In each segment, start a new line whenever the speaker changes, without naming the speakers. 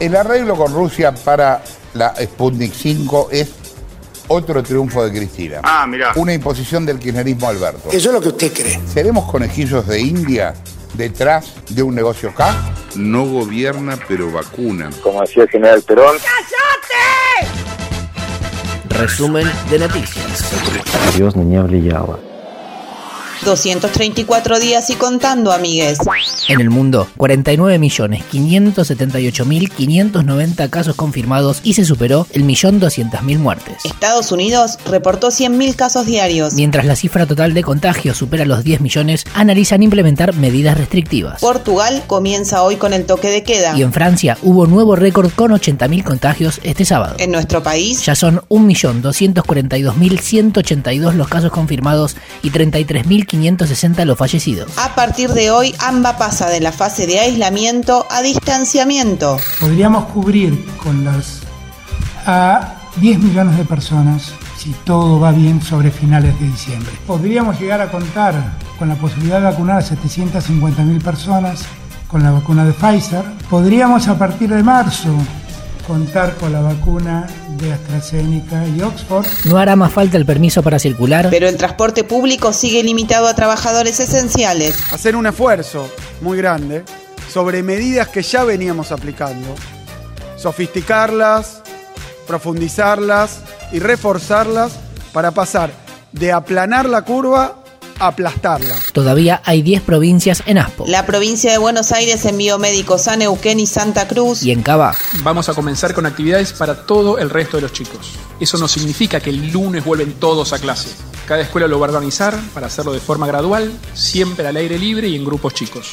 El arreglo con Rusia para la Sputnik 5 es otro triunfo de Cristina.
Ah, Eh. mirá.
Una imposición del kirchnerismo a Alberto.
Eso es lo que usted cree.
¿Seremos conejillos de India detrás de un negocio acá?
No gobierna, pero vacuna.
como decía el general Perón.
Resumen de noticias.
Dios, no не влияло.
234 días y contando, amigues.
En el mundo, 49.578.590 casos confirmados y se superó el millón 200.000 muertes.
Estados Unidos reportó 100.000 casos diarios.
Mientras la cifra total de contagios supera los 10 millones, analizan implementar medidas restrictivas.
Portugal comienza hoy con el toque de queda.
Y en Francia hubo nuevo récord con 80.000 contagios este sábado.
En nuestro país,
Ya son 1.242.182 los casos confirmados y 33.560 los fallecidos.
a partir de hoy, AMBA pasa de la fase de aislamiento a distanciamiento.
podríamos cubrir con las a 10 millones de personas si todo va bien sobre finales de diciembre. Podríamos llegar a contar con la posibilidad de vacunar a 750.000 personas con la vacuna de Pfizer. Podríamos a partir de marzo contar con la vacuna de AstraZeneca y Oxford.
No hará más falta el permiso para circular.
Pero el transporte público sigue limitado a trabajadores esenciales.
hacer un esfuerzo muy grande sobre medidas que ya veníamos aplicando, sofisticarlas, profundizarlas y reforzarlas para pasar de aplanar la curva a aplastarla.
Todavía hay 10 provincias en ASPO.
La provincia de Buenos Aires envió médicos a Neuquén y Santa Cruz.
Y en Cava,
Vamos a comenzar con actividades para todo el resto de los chicos. Eso no significa que el lunes vuelven todos a clase. Cada escuela lo va a organizar para hacerlo de forma gradual, siempre al aire libre y en grupos chicos.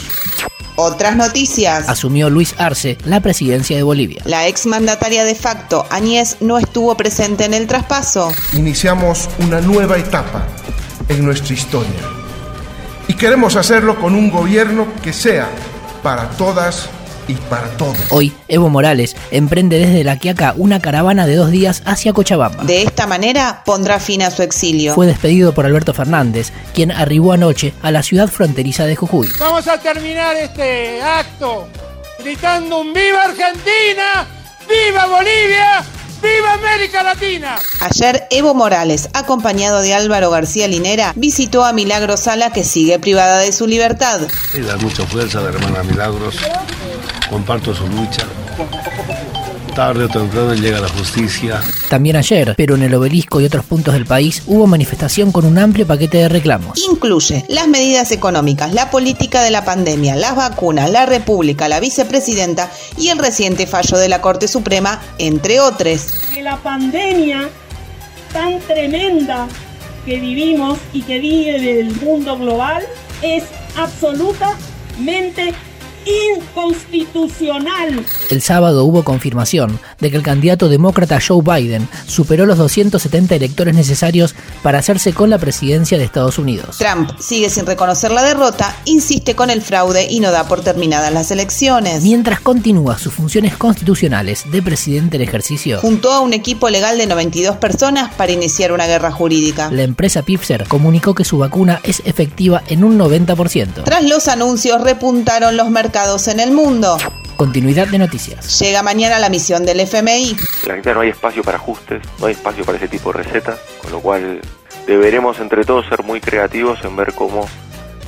Otras noticias.
asumió Luis Arce la presidencia de Bolivia.
La exmandataria de facto, Añez, no estuvo presente en el traspaso.
Iniciamos una nueva etapa en nuestra historia y queremos hacerlo con un gobierno que sea para todas y para todos.
Hoy, Evo Morales emprende desde La Quiaca una caravana de dos días hacia Cochabamba.
De esta manera pondrá fin a su exilio.
Fue despedido por Alberto Fernández, quien arribó anoche a la ciudad fronteriza de Jujuy.
Vamos a terminar este acto gritando un viva Argentina, viva Bolivia, viva América Latina.
Ayer, Evo Morales, acompañado de Álvaro García Linera, visitó a Milagro Sala, que sigue privada de su libertad.
Le da mucha fuerza a la hermana Milagros. Comparto su lucha. Tarde o temprano llega la justicia.
También ayer, pero en el obelisco y otros puntos del país, hubo manifestación con un amplio paquete de reclamos.
Incluye las medidas económicas, la política de la pandemia, las vacunas, la república, la vicepresidenta y el reciente fallo de la Corte Suprema, entre otros.
Que la pandemia tan tremenda que vivimos y que vive el mundo global es absolutamente inconstitucional.
El sábado hubo confirmación de que el candidato demócrata Joe Biden superó los 270 electores necesarios para hacerse con la presidencia de Estados Unidos.
Trump sigue sin reconocer la derrota, insiste con el fraude y no da por terminadas las elecciones.
Mientras continúa sus funciones constitucionales de presidente del ejercicio,
Juntó a un equipo legal de 92 personas para iniciar una guerra jurídica.
la empresa Pfizer comunicó que su vacuna es efectiva en un 90%.
Tras los anuncios repuntaron los mercados en el mundo.
Continuidad de noticias.
Llega mañana la misión del FMI.
La gente no hay espacio para ajustes, no hay espacio para ese tipo de recetas, con lo cual deberemos entre todos ser muy creativos en ver cómo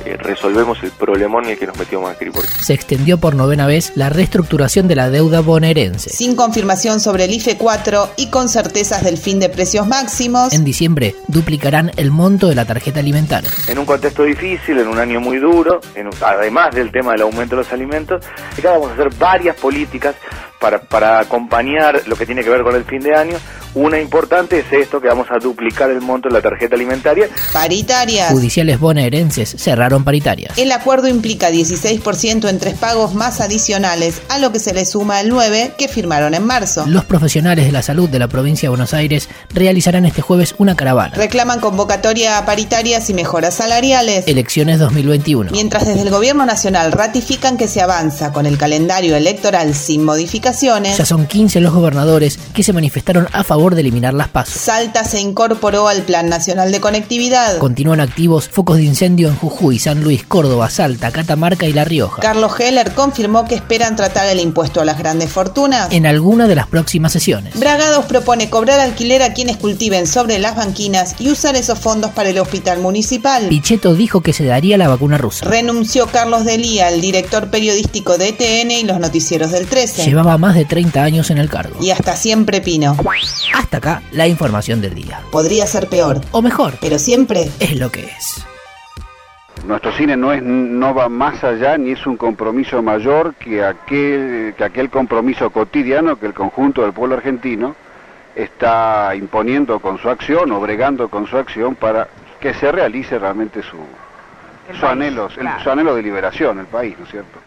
eh, resolvemos el problemón en el que nos metió Macri. Porque
Se extendió por novena vez la reestructuración de la deuda bonaerense.
Sin confirmación sobre el IFE 4 y con certezas del fin de precios máximos.
En diciembre duplicarán el monto de la tarjeta alimentaria.
en un contexto difícil, en un año muy duro, en un- además del tema del aumento de los alimentos, acá vamos a hacer varias políticas para, para acompañar lo que tiene que ver con el fin de año. Una importante es esto, que vamos a duplicar el monto de la tarjeta alimentaria.
Paritarias.
Judiciales bonaerenses cerraron paritarias.
El acuerdo implica 16% en tres pagos más adicionales, a lo que se le suma el 9% que firmaron en marzo.
Los profesionales de la salud de la provincia de Buenos Aires realizarán este jueves una caravana.
Reclaman convocatoria a paritarias y mejoras salariales.
Elecciones 2021.
Mientras desde el Gobierno Nacional ratifican que se avanza con el calendario electoral sin manifestaciones,
Ya son 15 los gobernadores que se manifestaron a favor de eliminar las pasos.
Salta se incorporó al Plan Nacional de Conectividad.
Continúan activos focos de incendio en Jujuy, San Luis, Córdoba, Salta, Catamarca y La Rioja.
Carlos Heller confirmó que esperan tratar el impuesto a las grandes fortunas.
En alguna de las próximas sesiones.
Bragados propone cobrar alquiler a quienes cultiven sobre las banquinas y usar esos fondos para el hospital municipal.
Pichetto dijo que se daría la vacuna rusa.
Renunció Carlos Delía, el director periodístico de ETN y los noticieros del 13.
Llevaba más de 30 años en el cargo.
Y hasta siempre Pino.
Hasta acá la información del día.
Podría ser peor,
O mejor,
pero siempre
es lo que es.
Nuestro cine no, es, no va más allá ni es un compromiso mayor que aquel, que aquel compromiso cotidiano que el conjunto del pueblo argentino está imponiendo con su acción o bregando con su acción para que se realice realmente su, su, anhelo, el- su anhelo de liberación, el país, ¿no es cierto?